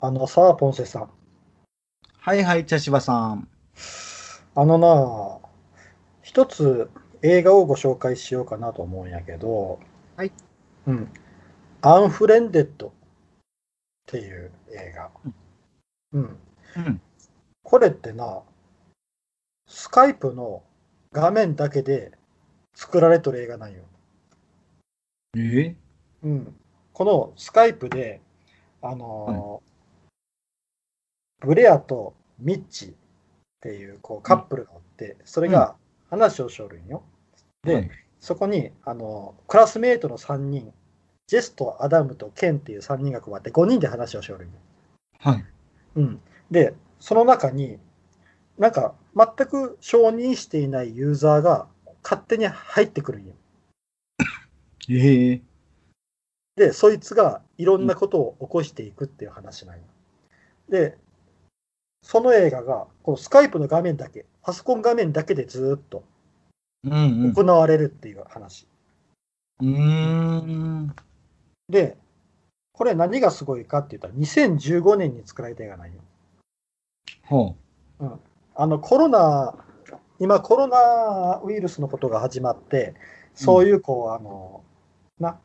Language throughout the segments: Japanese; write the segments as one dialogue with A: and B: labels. A: あのさ、ポンセさん。
B: はいはい、茶柴さん。
A: あのなあ、一つ映画をご紹介しようかなと思うんやけど、
B: はい。
A: うん。アンフレンデッドっていう映画。うん。
B: うん。
A: これってな、スカイプの画面だけで作られとる映画なんよ。
B: え
A: うん、このスカイプで、あのーブレアとミッチっていうこうカップルがおって、それが話をしょるんよ。で、
B: はい
A: そこに、あのークラスメートの3人、ジェスとアダムとケンっていう3人が加わって5人で話をしょるんよ。
B: はい。
A: うん、で、その中に、なんか全く承認していないユーザーが勝手に入ってくるんよ。
B: ええ
A: で、そいつがいろんなことを起こしていくっていう話なんよ。で、その映画が、このスカイプの画面だけ、パソコン画面だけでずーっと
B: うん
A: 行われるっていう話。
B: うん。うーん。
A: で、これ何がすごいかって言ったら、2015年に作られた映画なんよ。
B: ほ
A: あの、コロナ、今コロナウイルスのことが始まって、そういうこう、あの、な、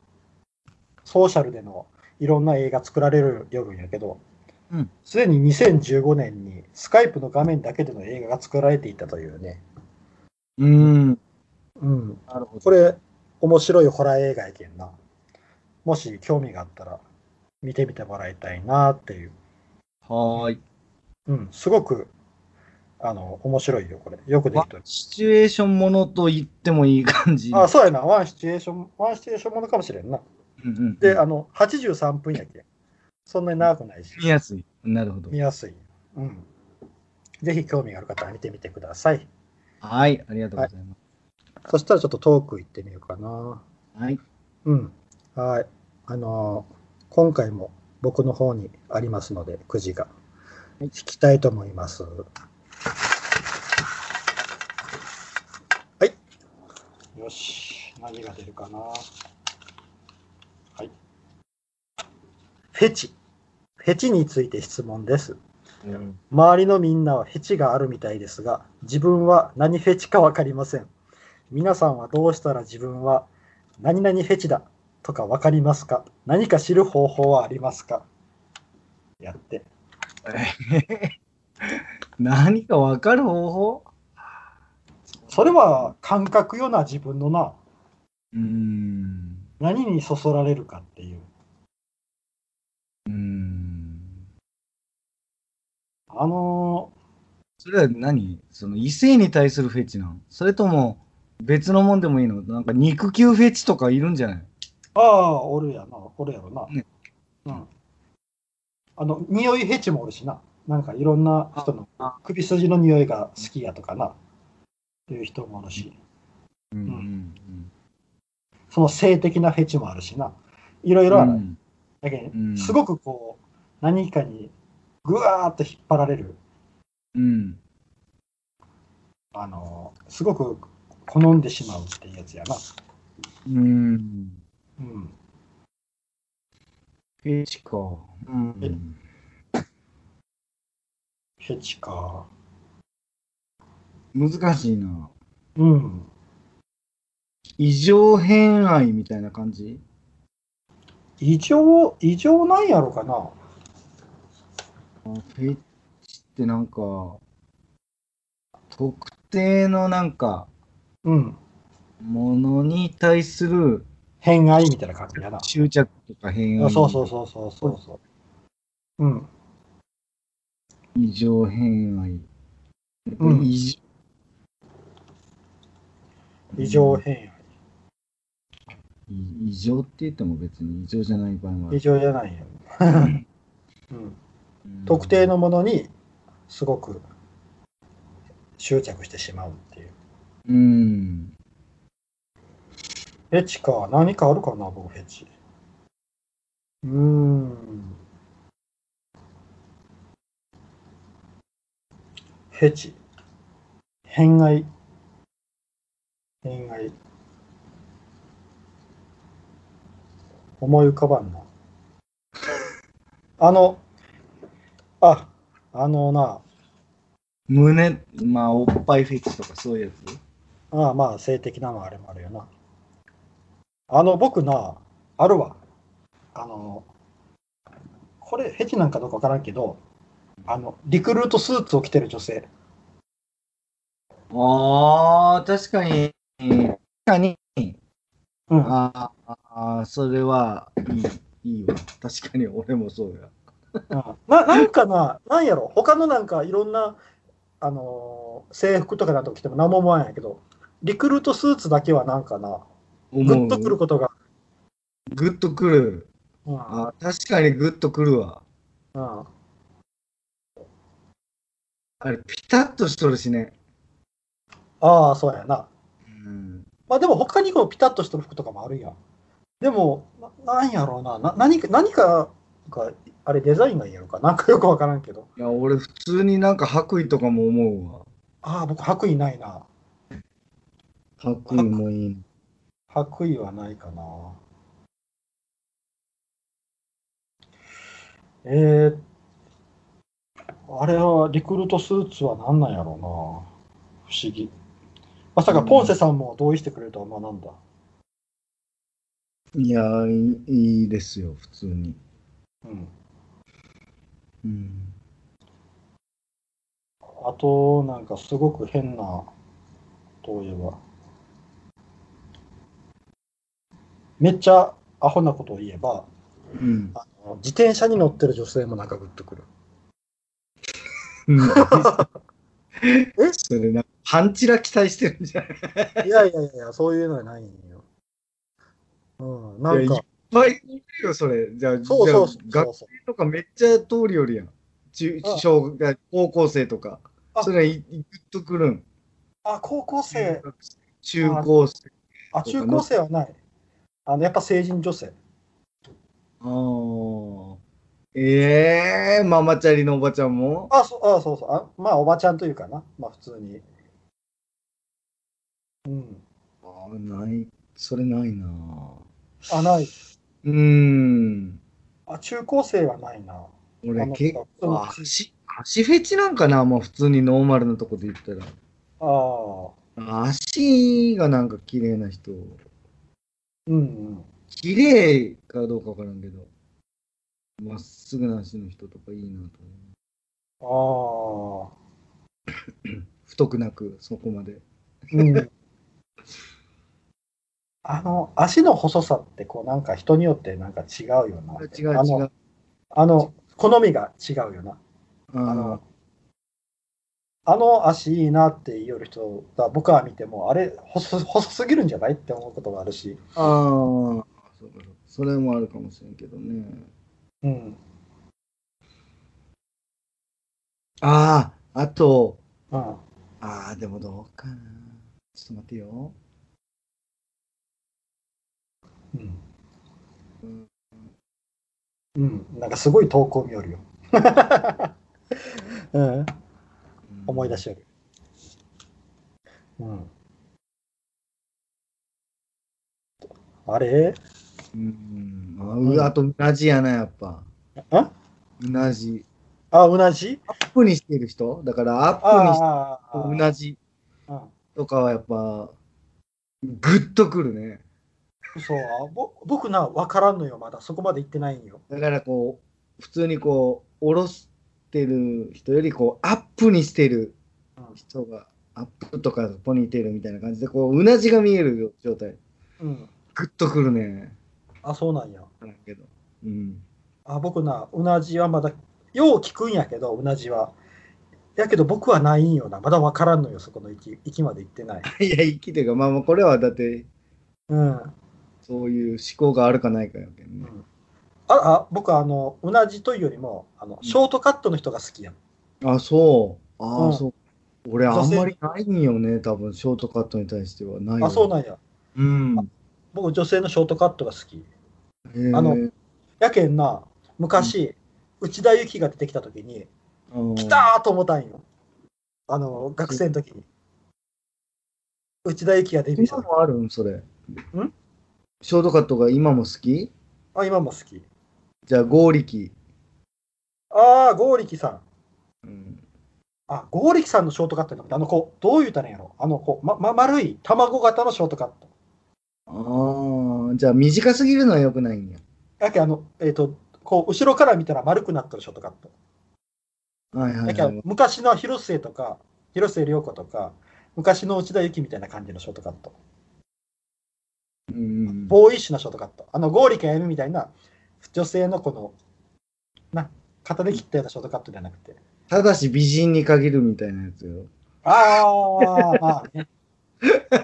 A: ソーシャルでのいろんな映画作られるよるんやけど
B: うん、
A: すで、に2015年にスカイプの画面だけでの映画が作られていたというね、
B: う。うーん。
A: うん、
B: なるほど。
A: これ、面白いホラー映画やけんな。もし興味があったら、見てみてもらいたいなっていう。
B: はーい。
A: うん、すごく、あの、面白いよ、これ。よくできてる。
B: シチュエーションものと言ってもいい感じ。
A: あ、そうやな。ワンシチュエーション、ワンシチュエーションものかもしれんな。
B: うんうん。
A: で、あの、83分やけ。そんなに長くないし、
B: 見やすい。なるほど
A: 見。やすい。うん。ぜひ興味がある方は見てみてください。
B: はい。ありがとうございま
A: そしたらちょっとトーク行ってみようかな。
B: す。はい。
A: うん。はい。あのー今回も僕の方にありますので、くじが。引きたいと思います。はい。よし。何が出るかな。はい。フェチ。フェチについて質問です。
B: うん
A: 周りのみんなはフェチがあるみたいですが、自分は何フェチかわかりません。皆さんはどうしたら自分は何々フェチだとかわかりますか何か知る方法はありますかやって。
B: 何かわかる方法
A: それは感覚よな自分のな、
B: うーん。
A: 何にそそられるかっていう。
B: うーん。
A: あの
B: それは何その異性に対するフェチなのそれとも別のもんでもいいのなんか肉球フェチとかいるんじゃない
A: ー、ああ、おるやな、おるやろな。
B: ね
A: うん。あの、匂いフェチもおるしな。なんかいろんな人の
B: あ
A: 首筋の匂いが好きやとかな、っていう人もおるし。
B: うんうんん
A: その性的なフェチもあるしな。いろいろある。だけど、
B: うん
A: すごくこう、何かにぐわーっと引っ張られる、
B: うん。
A: あのーすごく好んでしまうっていうやつやな。
B: うん。
A: うん。
B: フェチか。うん。
A: フェチか。
B: 難しいな。
A: うん。
B: 異常偏愛みたいな感じ
A: 異常、異常なんやろかな。
B: あフェチってなんか、特定のなんか、
A: うん。
B: ものに対する
A: 偏愛みたいな感じやな。
B: 執着とか偏
A: あ
B: 愛。
A: そうそうそうそうそうそう。うん。
B: 異常偏愛。
A: うん
B: 異常
A: 異常偏
B: 異異常って言っても別に異常じゃない場合もあ
A: 愛。異
B: る。
A: 常じゃないよ。うん。特定のものにすごく執着してしまうっていう。
B: うん。
A: フェチか。何かあるかな、僕、フェチ。うーん。フェチ。偏愛。偏愛。思い浮かばんな。あの、あ、あのな、
B: 胸、まあ、おっぱいフェチとかそういうやつ
A: ああまあ、性的なのはあれもあるよな。あの、僕な、あるわ。あの、これ、フェチなんかどうかわからんけど、あの、リクルートスーツを着てる女性。
B: ああ、確かに、確かに、
A: うん。あ
B: あーあー、それはいい、いいわ。確かに、俺もそうや。
A: ななんかな、なんやろ、他のなんかいろんな、あのー制服とかなんとか着ても何も思わんやけど、リクルートスーツだけはなんかな、グ
B: 思う
A: ッとくる。ことが。
B: グッとくる。
A: うん
B: あー確かにグッとくるわ。
A: うん
B: あれ、ピタッとしとるしね。
A: ああ、そうやな。
B: うん。
A: まあでも他にこうピタッとしてる服とかもあるやん。でも、ななんやろうな、な何か、何か、なんかあれデザインがいいやろか、なんかよくわからんけど。
B: いや、俺、普通になんか白衣とかも思うわ。
A: ああ、僕、白衣ないな。
B: 白衣もいいな。
A: 白衣はないかな。えー、あれはリクルートスーツは何なんやろうな。不思議。まさかポンセさんも同意してくれるとは思わなんだ。
B: いやーい、いいですよ、普通に。
A: うん。
B: うん。
A: あと、なんかすごく変な、といえば。めっちゃアホなことを言えば、
B: うん。
A: あの自転車に乗ってる女性もなんかグッとくる。
B: それな、パンチラ期待してるんじゃないいっ
A: いやいやいや、そういうのはないんよ。うん、なん
B: いや
A: か、
B: ぱいいるよ、それ。じゃあ、
A: そうそうそう
B: じゃあ
A: そう
B: 学生とかめっちゃ通りよりやん。中
A: あ
B: 小学高校生とか
A: あ。
B: それい、グッとくるん。
A: あ、高校生、
B: 中高生。
A: あ、中高生はない。あの、やっぱ成人女性。
B: ああ。ええー、ママチャリのおばちゃんも
A: あ、そうあそうそうあ。まあ、おばちゃんというかな。まあ、普通に。うん。
B: あーない、それないな
A: あ、ない。
B: うーん。
A: あ、中高生はないな。あ
B: 俺
A: の
B: 結構
A: そう
B: 足、足フェチなんかなもう普通にノーマルなとこで言ったら。
A: ああ。
B: 足がなんか綺麗な人。
A: うんうん。
B: 綺麗かどうかわからんけど。まっすぐな足の人とかいいなと思う。
A: ああ。
B: 太くなく、そこまで。
A: うん。 あの、足の細さって、こう、なんか人によってなんか違うよな。
B: 違う
A: あ
B: 違
A: の
B: う。、
A: あの好みが違うよな。
B: あ
A: あ
B: の
A: の、あの足いいなって言う人が僕は見ても、あれ細、細すぎるんじゃないって思うことがあるし。
B: あーそうかそうそれもあるかもしれんけどね。
A: うん。
B: ああ、あと、
A: うん。
B: ああ、でもどうかな。ちょっと待ってよ。
A: うん。
B: うん
A: うん。なんかすごい投稿見よる よ。うん。思い出しよる。うん。あれ
B: うん、あうわあとうなじやな、やっぱ。
A: あ
B: うなじ。
A: あ、うなじ
B: アップにしてる人だから、アップにして
A: ああ
B: るう
A: あ
B: なじ
A: あ
B: とかはやっぱ、グッとくるね。
A: うんそうあぼ僕な、わからんのよ、まだ。そこまで行ってないんよ。
B: だからこう、普通にこう、下ろしてる人より、こう、アップにしてる人が、アップとかポニーテールみたいな感じで、こう、うなじが見える状態。
A: うん。
B: グッとくるね。
A: あ、そうなんや。
B: なんけど。うん。
A: あ、僕な、うなじはまだ、よう聞くんやけど、うなじは。やけど僕はないんよな。まだわからんのよ、そこの行き行きまで行ってない。
B: いや、生きてるか、まあまあ、これはだって、
A: うん。
B: そういう思考があるかないかやけどね。
A: ああ僕はあの、うなじというよりも、あのショートカットの人が好きやん。
B: あ、そう。あ、
A: う
B: あ
A: ん
B: そう。俺、あ
A: 女
B: ん
A: 性
B: まりないんよね、多分、ショートカットに対しては。ないよ
A: あ、そうなんや。
B: うん。
A: 僕、女性のショートカットが好き。
B: へえ
A: あの、やけんな、昔、内田有紀が出てきたときに、
B: うん
A: 来たーと思ったんよ。あの、学生の時に。内田有紀がデビューした
B: 今
A: 時。
B: もあるん、それ。んショートカットが今も好き
A: あ、今も好き。
B: じゃあ、合力。
A: ああ、剛力さん。
B: うん、
A: あ、剛力さんのショートカットだった。あの子、どう言うたらいいんやろあの子、ま、ま、丸い卵型のショートカット。
B: ああ、じゃあ短すぎるのは良くないんや。
A: やけあの、えっ、と、こう、後ろから見たら丸くなってるショートカット。
B: はいは
A: だ
B: い
A: けど
B: はい。
A: 昔の広末とか、広末涼子とか、昔の内田有紀みたいな感じのショートカット。
B: うん、
A: ボーイッシュなショートカット。あの、ゴーリカやみみたいな、女性のこの、な、肩で切ったようなショートカットじゃなくて。
B: ただし美人に限るみたいなやつよ。
A: あーまあ、ね。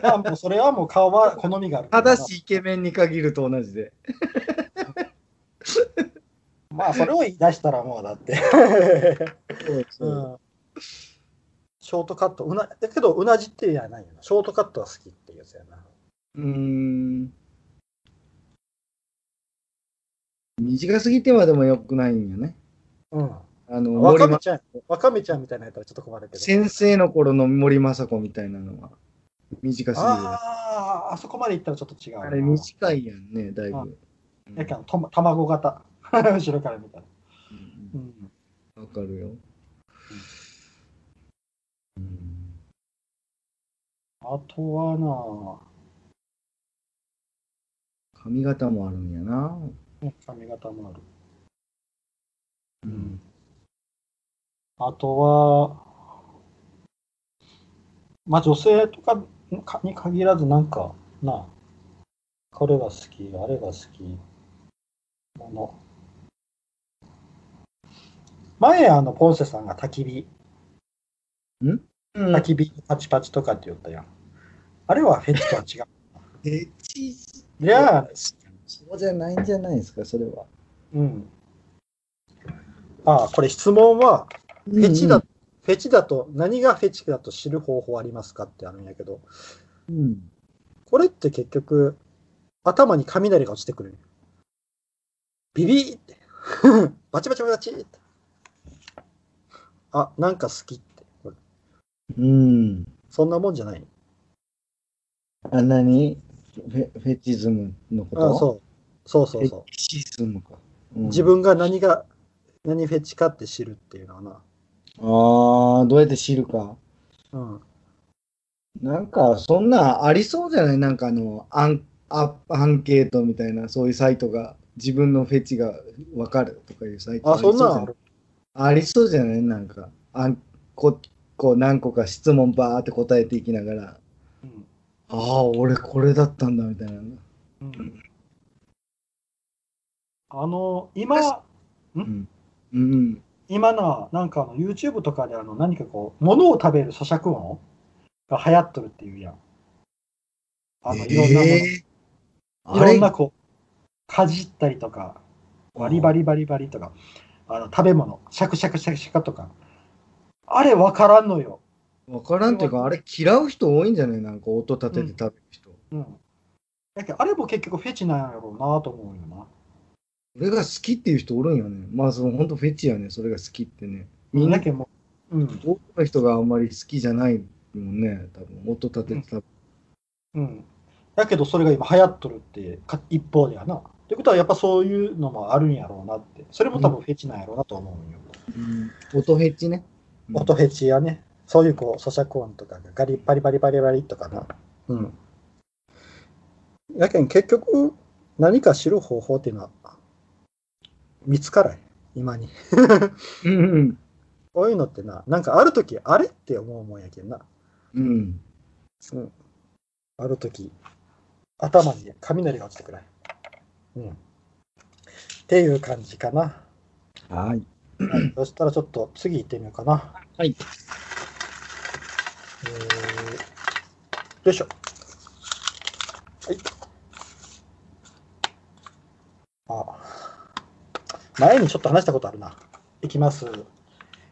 A: まあ、もうそれはもう顔は好みがあるか
B: た
A: ら。
B: だしイケメンに限ると同じで。
A: まあ、それを言い出したらもうだって。
B: そうそう
A: うんショートカット、うなだけど、うなじってやないよな。ショートカットは好きっていうやつやな。
B: うーん。短すぎてはでも良くないんよね。
A: う
B: あの、
A: ん。わか
B: 森
A: め
B: ま、
A: ちゃん、わかめちゃんみたいなやったらちょっと困るけど。
B: 先生の頃の森雅子みたいなのは短すぎる。あ
A: ああ、あそこまで行ったらちょっと違うな。
B: れ短いやんね、だい
A: あ
B: ぶ。うん
A: やけんとま卵型。 後ろから見たら。
B: うん
A: うん。
B: わかるよ。うん
A: あとはな
B: 髪型もあるんやな。
A: 髪型もある。
B: うん。
A: あとは、まあ女性とかかに限らずなんか、なあ、これが好き、あれが好き、もの。前、あの、ポンセさんが焚き火、
B: うん
A: 焚き火パチパチとかって言ったやん。あれはフェチとは違
B: え、チー
A: う。じゃあ、
B: そうじゃないんじゃないですか、それは。
A: うん。ああ、これ質問は、フェチだ、フェチだと、何がフェチだと知る方法ありますかってあるんやけど、
B: うん。
A: これって結局、頭に雷が落ちてくる。ビビーって。 バチバチバチって。あ、なんか好きって。これ
B: うん。
A: そんなもんじゃない。
B: あ、何フェフェチズムのこと
A: あそう。そうそう
B: フ
A: そ
B: ェチズムか。う
A: う。
B: ん
A: 自分が何が、何フェチかって知るっていうのはな。
B: ああ、どうやって知るか。
A: うん。
B: なんか、そんなんありそうじゃないなんかあの、アンアアンケートみたいな、そういうサイトが、自分のフェチがわかるとかいうサイト
A: あ、そんなん
B: あ
A: あ
B: り
A: る。
B: ありそうじゃないなんか、あんここう何個か質問バーって答えていきながら、
A: うん
B: ああ、俺これだったんだみたいな。
A: うんあの、今、
B: うん。うん。
A: 今のなんかあの YouTube とかであの何かこう物を食べる咀嚼音が流行っとるっていうやん。あのいろんなもの、
B: えー
A: いろん
B: あ
A: な
B: れ
A: こうかじったりとかバリバリバリバリとかあの食べ物シャクシャクシャクシャクとかあれ分からんのよ。
B: わからんっていうか、あれ嫌う人多いんじゃないなんか音立てて食べる人。
A: うん。だけどあれも結局フェチなんやろうなと思うよな。
B: 俺が好きっていう人おるんやね。まあ、その本当フェチやね。それが好きってね。みんな
A: だ、けどもう、うん、
B: 多くの人があんまり好きじゃないもんね。多分音立てて食べる。
A: うん。だけどそれが今流行っとるってか一方でやな。ってことはやっぱそういうのもあるんやろうなって。それも多分フェチなんやろうなと思うんよ。
B: うん音フェチね。うん
A: 音フェチやね。そういうこう咀嚼音とかがガリバリバリバリバリとかな。うん。やけん結局何か知る方法っていうのは見つからへん。今に。
B: うんうん。
A: こういうのってな、なんかある時あれって思うもんやけんな。
B: うん。
A: うん。ある時、頭に雷が落ちてくらい。うん。っていう感じかな。は
B: はい。
A: いそしたらちょっと次行ってみようかな。
B: はい。
A: えーよいしょ。はい。あ、前にちょっと話したことあるな。いきます。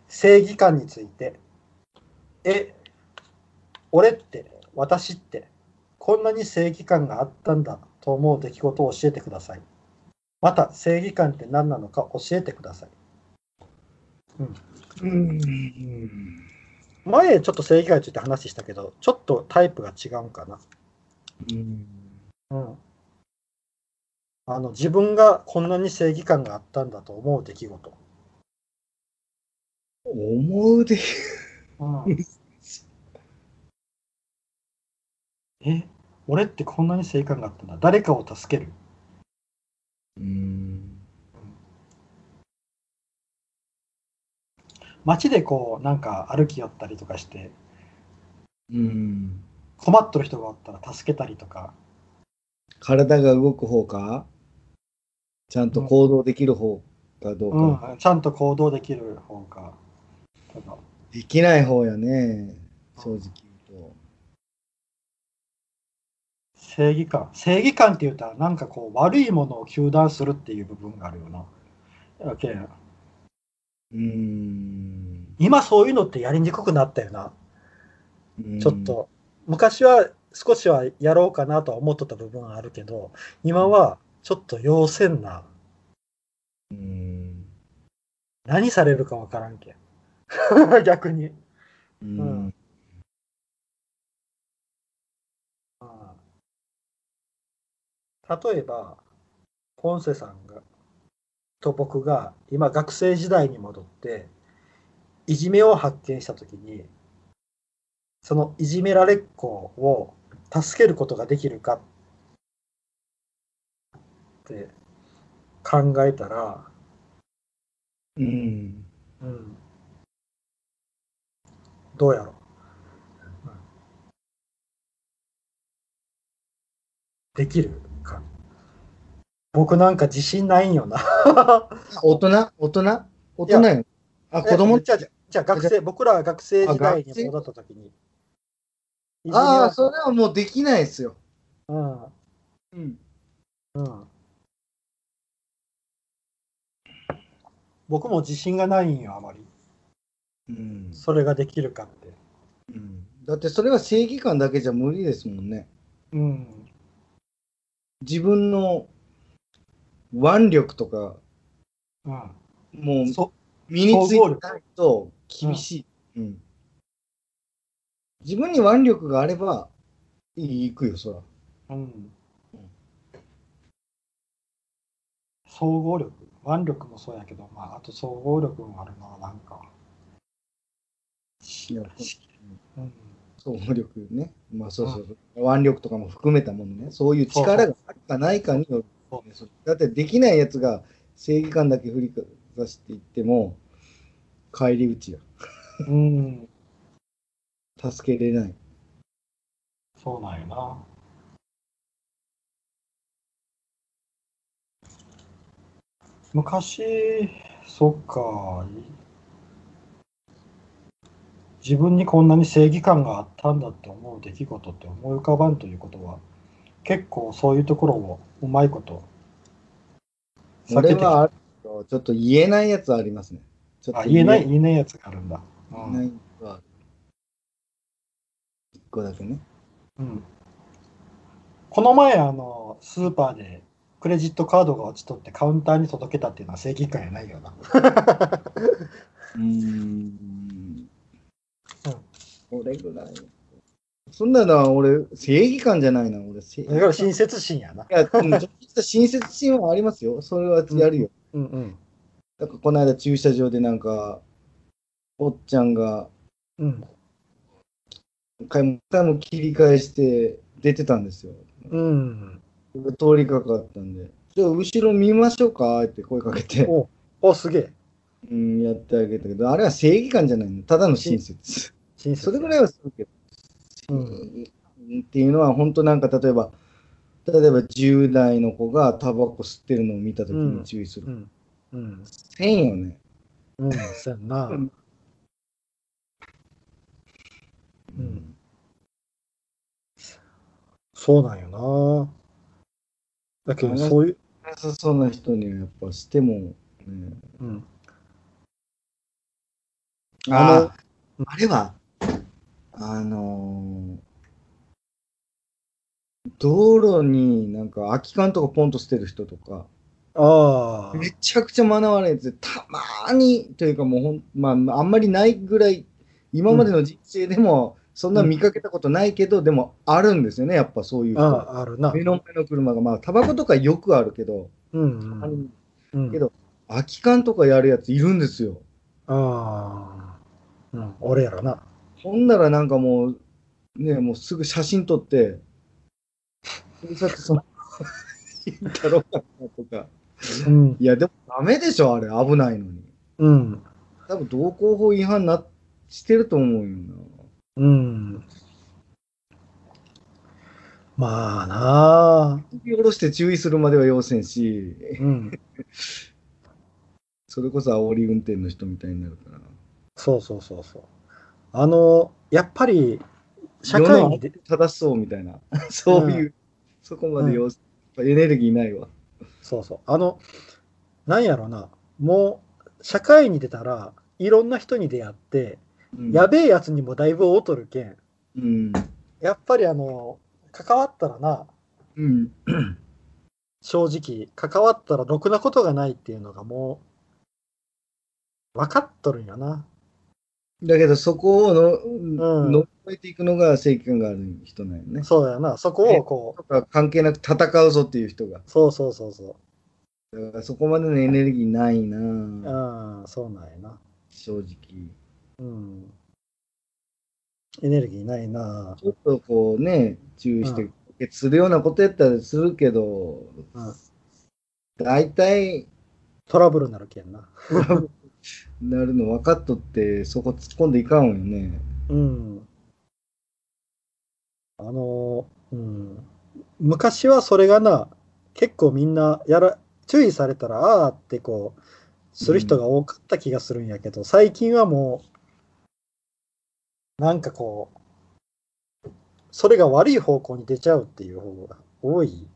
A: 正義感について。え、俺って、私って、こんなに正義感があったんだと思う出来事を教えてください。また、正義感って何なのか教えてください。
B: うん。
A: 前ちょっと正義感について話したけど、ちょっとタイプが違うんかな。
B: うん。
A: うん。あの、自分がこんなに正義感があったんだと思う出来事。
B: 思うで、
A: うん、 え俺ってこんなに正解があったんだ誰かを助ける
B: うん。
A: 街でこうなんか歩き寄ったりとかして
B: うん。
A: 困っとる人がおったら助けたりとか
B: 体が動く方かちゃんと行動できる方かどうか。
A: うん、ちゃんと行動できる方が、ただ
B: できない方やね、正直言うと。
A: 正義感、正義感って言うたら、なんかこう、悪いものを糾弾するっていう部分があるよな。やけん
B: うーん。
A: 今そういうのってやりにくくなったよな、
B: うん
A: ちょっ。と。昔は少しはやろうかなとは思っとった部分はあるけど、今はちょっと要せんな。
B: うん。
A: 何されるかわからんけん。 逆に。
B: う
A: うん
B: ん。
A: 例えば、ポンセさんがと僕が今学生時代に戻っていじめを発見した時にそのいじめられっ子を助けることができるかって考えたら、
B: うん。
A: うん、どうやろう、うんできるか僕なんか自信ないんよな
B: 大人大人大人よ。あ、子供
A: えじゃあじゃあ学生僕らは学生時代に戻った時に
B: ああ、そ
A: そ
B: れはもうできないですよ。
A: うん
B: うん。
A: うん僕も自信がないんよあまり
B: うん。
A: それができるかって
B: だってそれは正義感だけじゃ無理ですもんね。
A: うん
B: 自分の腕力とか、
A: うん
B: もう
A: そ
B: 身についてないと厳しい。うん。自分に腕力があれば、いい、いくよ、そら。
A: うん総合力、腕力もそうやけど、まあ、あと総合力もあるな、なんか。
B: いや
A: うん、
B: 総合力ね。まあそうそうそう。腕力とかも含めたものね。そういう力があるかないかによる
A: そう。
B: だってできないやつが正義感だけ振りかざしていっても、返り討ちや。
A: うん、
B: 助けれない。
A: そうなんやな。昔、そっか。自分にこんなに正義感があったんだって思う出来事って思い浮かばんということは、結構そういうところをうまいこと避け
B: 俺
A: てきた
B: はあるけどちょっと言えないやつはありますね。ちょっと
A: あ、言えない、言えないやつがあるんだ。う
B: 言え
A: ん
B: ないやつはある。一個だけね。
A: うんこの前、あの、スーパーでクレジットカードが落ちとってカウンターに届けたっていうのは正義感やないよな。
B: うーん
A: うん。
B: 俺ぐらい。そんなのは俺、正義感じゃないな、俺。正義
A: だから親切心やな。
B: いや、うんちょっとした親切心はありますよ。それはやるよ。
A: うんうん。
B: だからこの間駐車場でなんか、おっちゃんが
A: うん。
B: 買い物買い物切り返して出てたんですよ。
A: うん。
B: 僕通りかかったんで。じゃあ後ろ見ましょうかって声かけて、
A: おお、すげえ。
B: うん、やってあげたけど、あれは正義感じゃないの。ただの親切。
A: 親切。
B: それぐら
A: い。
B: いはするけど。
A: うん。
B: っていうのは本当なんか例えば、例えば10代の子がタバコ吸ってるのを見た時に注意す
A: う
B: る。
A: ん。うん。
B: せんよね。
A: うん。そうやんな。
B: うん
A: うんそうなんよな。だけど、そういう。
B: なさそうな人にはやっぱしても、ね、
A: うん。
B: あ
A: あの
B: のあれはあのー道路になんか空き缶とかポンと捨てる人とか
A: ああ。
B: めちゃくちゃ学われてたまーにというかもうほん、まあ、あんまりないぐらい今までの人生でもそんな見かけたことないけど、でもあるんですよねやっぱそういう
A: あ
B: 人
A: あ、あるな。
B: 目の前の車がまあタバコとかよくあるけど、
A: うん。うん。
B: けど空き缶とかやるやついるんですよ。
A: ああ。うん、俺やろな。
B: ほんならなんかもう、ね、もうすぐ写真撮って、それさっきその、慎太郎かなとか。
A: うん。
B: いや、でもダメでしょ、あれ、危ないのに。
A: うん。
B: 多分、道交法違反なしてると思うよな。
A: うん。まあなあ。
B: 引き下ろして注意するまでは要せんし、
A: うん。
B: それこそ煽り運転の人みたいになるから。
A: そうそうそうそう。あの、やっぱり、社会に出、
B: 正しそうみたいな。 そういう、そこまで要せ、エネルギーないわ。
A: そうそう。あの、なんやろな。もう、社会に出たら、いろんな人に出会って、
B: うん
A: やべえやつにもだいぶ劣るけん。
B: うん。
A: やっぱりあの、関わったらな、
B: うん。
A: 正直、関わったらろくなことがないっていうのがもう、分かっとるんやな。
B: だけど、そこをの、
A: ん
B: 乗っ越えていくのが正義感がある人なんよね。
A: そうだよな。そこをこう、
B: とか関係なく戦うぞっていう人が。
A: そうそうそうそう。
B: だからそこまでのエネルギーないなぁ
A: ああ、そうなんやな。
B: 正直。
A: うん。エネルギーないな。
B: ちょっとこうね、注意して、
A: うん
B: するようなことやったらするけど、
A: うん
B: 大体
A: トラブルになるけんな。
B: なるの分かっとって、そこ突っ込んでいかんわよね。
A: うん。あのー、うん。昔はそれがな、結構みんなやら、注意されたら、ああってこう、する人が多かった気がするんやけど、最近はもう、なんかこう、それが悪い方向に出ちゃうっていう方が多い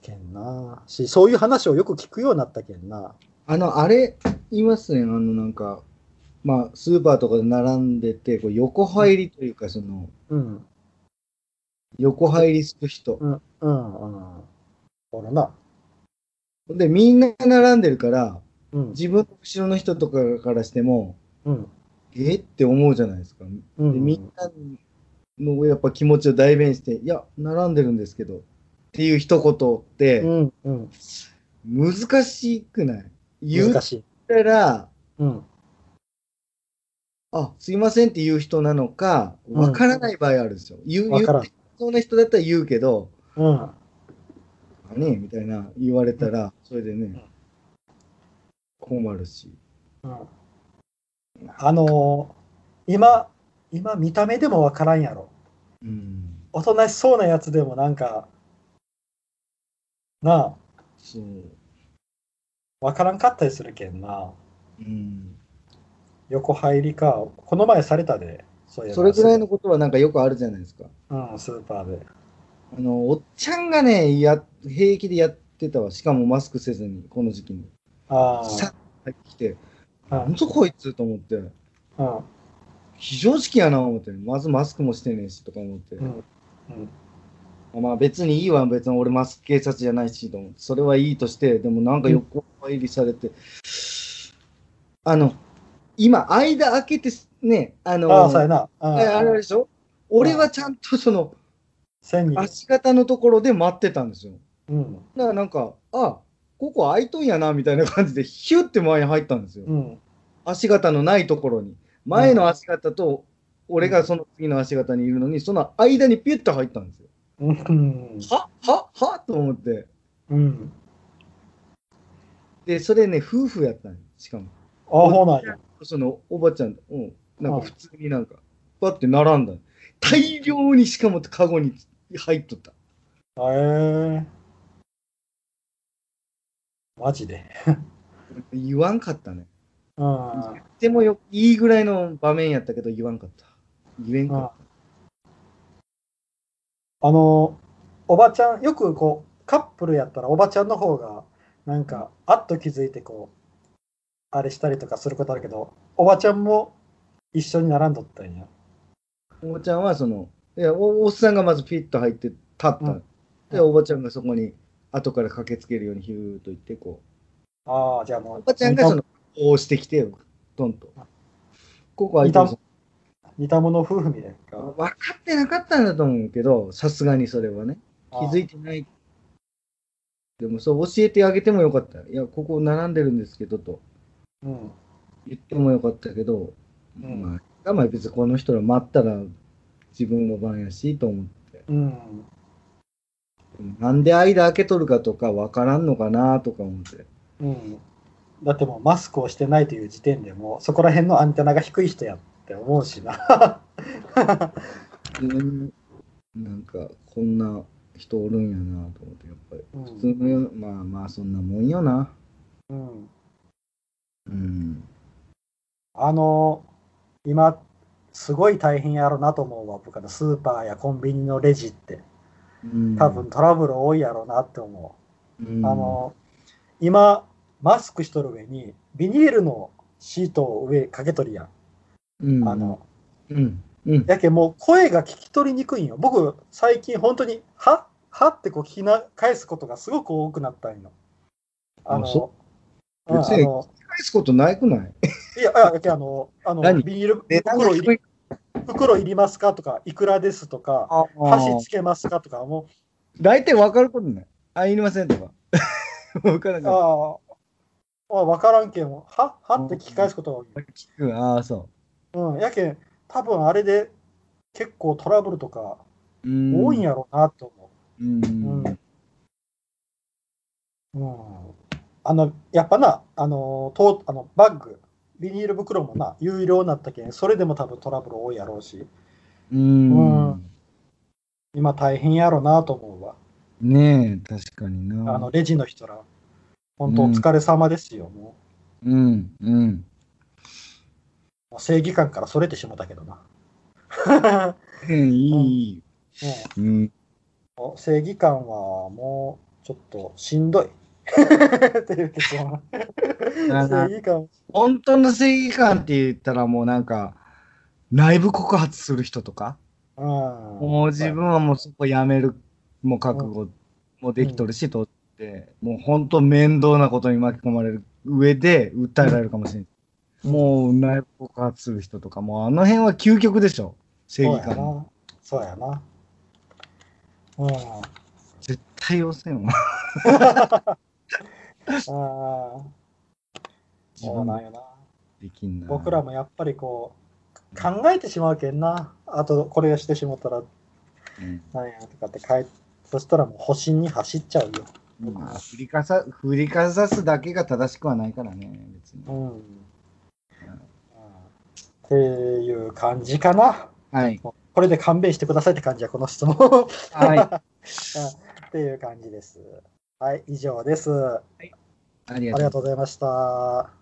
A: けんな。し、そういう話をよく聞くようになったけんな。
B: あの、あれ、言いますね、あの、なんか、まあ、スーパーとかで並んでて、こう横入りというか、その、
A: うん、
B: 横入りする人。
A: うん、うん、うん。ほらな。
B: で、みんな並んでるから、
A: うん、
B: 自分の後ろの人とかからしても、
A: うん、
B: えって思うじゃないですか。
A: う
B: でみんなのやっぱ気持ちを代弁して、いや、並んでるんですけどっていう一言って
A: うん、うん。
B: 難しくない言っ
A: 難しい。
B: たら、
A: うん、
B: あ、すいませんって言う人なのか、
A: ん
B: わからない場合あるんですよ。言う
A: わ
B: 言
A: からん
B: ってそうな人だったら言うけど、
A: うん、
B: あねえみたいな言われたら、それでね、困るし。
A: うん。あのー今、今見た目でもわからんやろ。
B: うん。
A: おとなしそうなやつでもなんか、なあ、
B: そう。
A: わからんかったりするけんな。
B: うん。
A: 横入りか。この前されたで、そういえば
B: それぐらいのことはなんかよくあるじゃないですか。
A: うん、スーパーで。
B: あの、おっちゃんがね、や、平気でやってたわ。しかもマスクせずに、この時期に。
A: あ
B: さっき来て、
A: あ、
B: なんぞこいつと思って、
A: うん、
B: 非常識やな思って、まずマスクもしてねえしとか思って、
A: うん、うん、
B: まあ別にいいわ、別に俺マスク警察じゃないしと思って、それはいいとして、でもなんか横入りされて、あの、今、間開けてね、あの、
A: ああ、そうやな。
B: あれあれ
A: うん、
B: でしょ俺はちゃんとその
A: 千人。
B: 足型のところで待ってたんですよ。
A: うん、
B: だからなんか、あここ空いとんやなみたいな感じで、ヒュって前に入ったんですよ。
A: うん、
B: 足型のないところに。前の足型と、俺がその次の足型にいるのに、その間にピュッと入ったんですよ。
A: うん、
B: はははと思って。
A: うん。
B: で、それね、夫婦やったんよしかも。
A: あ、ほうなんや。
B: そのおばちゃん、うん、なんか普通になんか、バッて並んだの。大量にしかもカゴに入っとった。
A: へえ。マジで。
B: 言わんかったね。
A: うん。
B: でもよ、いいぐらいの場面やったけど、言わんかった。言えんかった。
A: あの、おばちゃん、よくこう、カップルやったらおばちゃんの方が、なんか、あっと気づいてこう、あれしたりとかすることあるけど、おばちゃんも一緒に並んどったんや。
B: おばちゃんはそのいやおおっさんがまずピッと入って立った、
A: うん
B: でおばちゃんがそこに後から駆けつけるようにヒューッと言ってこ
A: ああ、じゃあもう
B: うお、ばちゃんがそのこうしてきてトンとここはいた
A: いた似た者夫婦みたいな
B: 分。かってなかったんだと思うけどさすがにそれはね気づいてないでもそう教えてあげてもよかったいやここ並んでるんですけどと
A: うん。
B: 言ってもよかったけど、
A: うん
B: まあが、まあ、別にこの人ら待ったら自分の番やしと思って、
A: うん。
B: なんで間開けとるかとか分からんのかなとか思って、
A: うん。だってもうマスクをしてないという時点でもうそこら辺のアンテナが低い人やって思うしな。
B: 自分になんかこんな人おるんやなと思って、やっぱり。
A: う
B: 普通
A: ん。
B: の世、まあまあそんなもんよな。
A: うん、
B: うん。
A: あの、今、すごい大変やろなと思うわ、僕はスーパーやコンビニのレジって。
B: うん
A: 多分、トラブル多いやろなって思う。
B: うん
A: あの今マスクしとる上にビニールのシートを上かけとるやん。
B: うん
A: あの
B: うん。うん。
A: やけもう声が聞き取りにくいんよ。僕最近本当に「はは」ってこう聞きな返すことがすごく多くなったんよ。あの
B: あそ
A: うんあ
B: 別に
A: の
B: 返すことないくない
A: いやいややけあのあの
B: 何
A: ビニール
B: 値段が
A: 袋い
B: 低
A: り
B: い。
A: 袋いりますかとかいくらですとか
B: あ
A: 箸つけますかとかも
B: 大体分かることない。あ、いりませんとか。分から
A: う
B: ない。
A: あーあ分からんけんははって聞き返すことが多い。
B: 聞く。ああ、そ
A: うん、やけん、多分あれで結構トラブルとか
B: う。うん
A: 多いん。やろうなと思
B: う
A: う。うん
B: ん。。
A: うん、あの、やっぱな、あの、とあのバッグ、ビニール袋もな、有料になったけん、それでも多分トラブル多いやろうし、
B: うん
A: う今大変やろうなと思うわ。
B: ねえ、確かにな。
A: あの、レジの人ら、本当お疲れ様ですよ、も
B: うん、うん。
A: う。もう正義感からそれてしまったけど な。
B: うんいい。
A: うん
B: うん。
A: お正義感はもうちょっとしんどい。っていう結論。正義感。
B: 本当の正義感って言ったらもうなんか、内部告発する人とか、
A: うん、
B: もう自分はもうそこやめる、もう覚悟もできとるし、とって、もう本当面倒なことに巻き込まれる上で訴えられるかもしれ
A: う
B: ない。
A: ん
B: もう内部告発する人とか、もうあの辺は究極でしょ。正
A: そう
B: 義
A: やな
B: 感。。
A: そうやな。うん。
B: 絶対要せんわ。
A: あーそうなんよな。
B: できんな。
A: 僕らもやっぱりこう、考えてしまうけんな。あと、これしてしまったら、
B: うん
A: なんやとかって書いそしたらもう保身に走っちゃうよ。
B: まあ、振りかさ、振りかざすだけが正しくはないからね、別に
A: う。ん。うんっていう感じかな。
B: はい。
A: これで勘弁してくださいって感じや、この質問。
B: はい。
A: っていう感じです。はい、以上です。あ
B: あり
A: り
B: がとうございます
A: がとうございました。